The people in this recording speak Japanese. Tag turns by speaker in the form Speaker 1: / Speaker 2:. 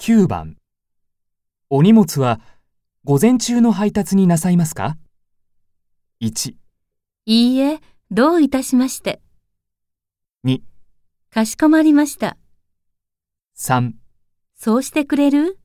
Speaker 1: 9番お荷物は午前中の配達になさいますか ?1、
Speaker 2: いいえ、どういたしまして。
Speaker 1: に
Speaker 2: かしこまりました。
Speaker 1: 3
Speaker 2: そうしてくれる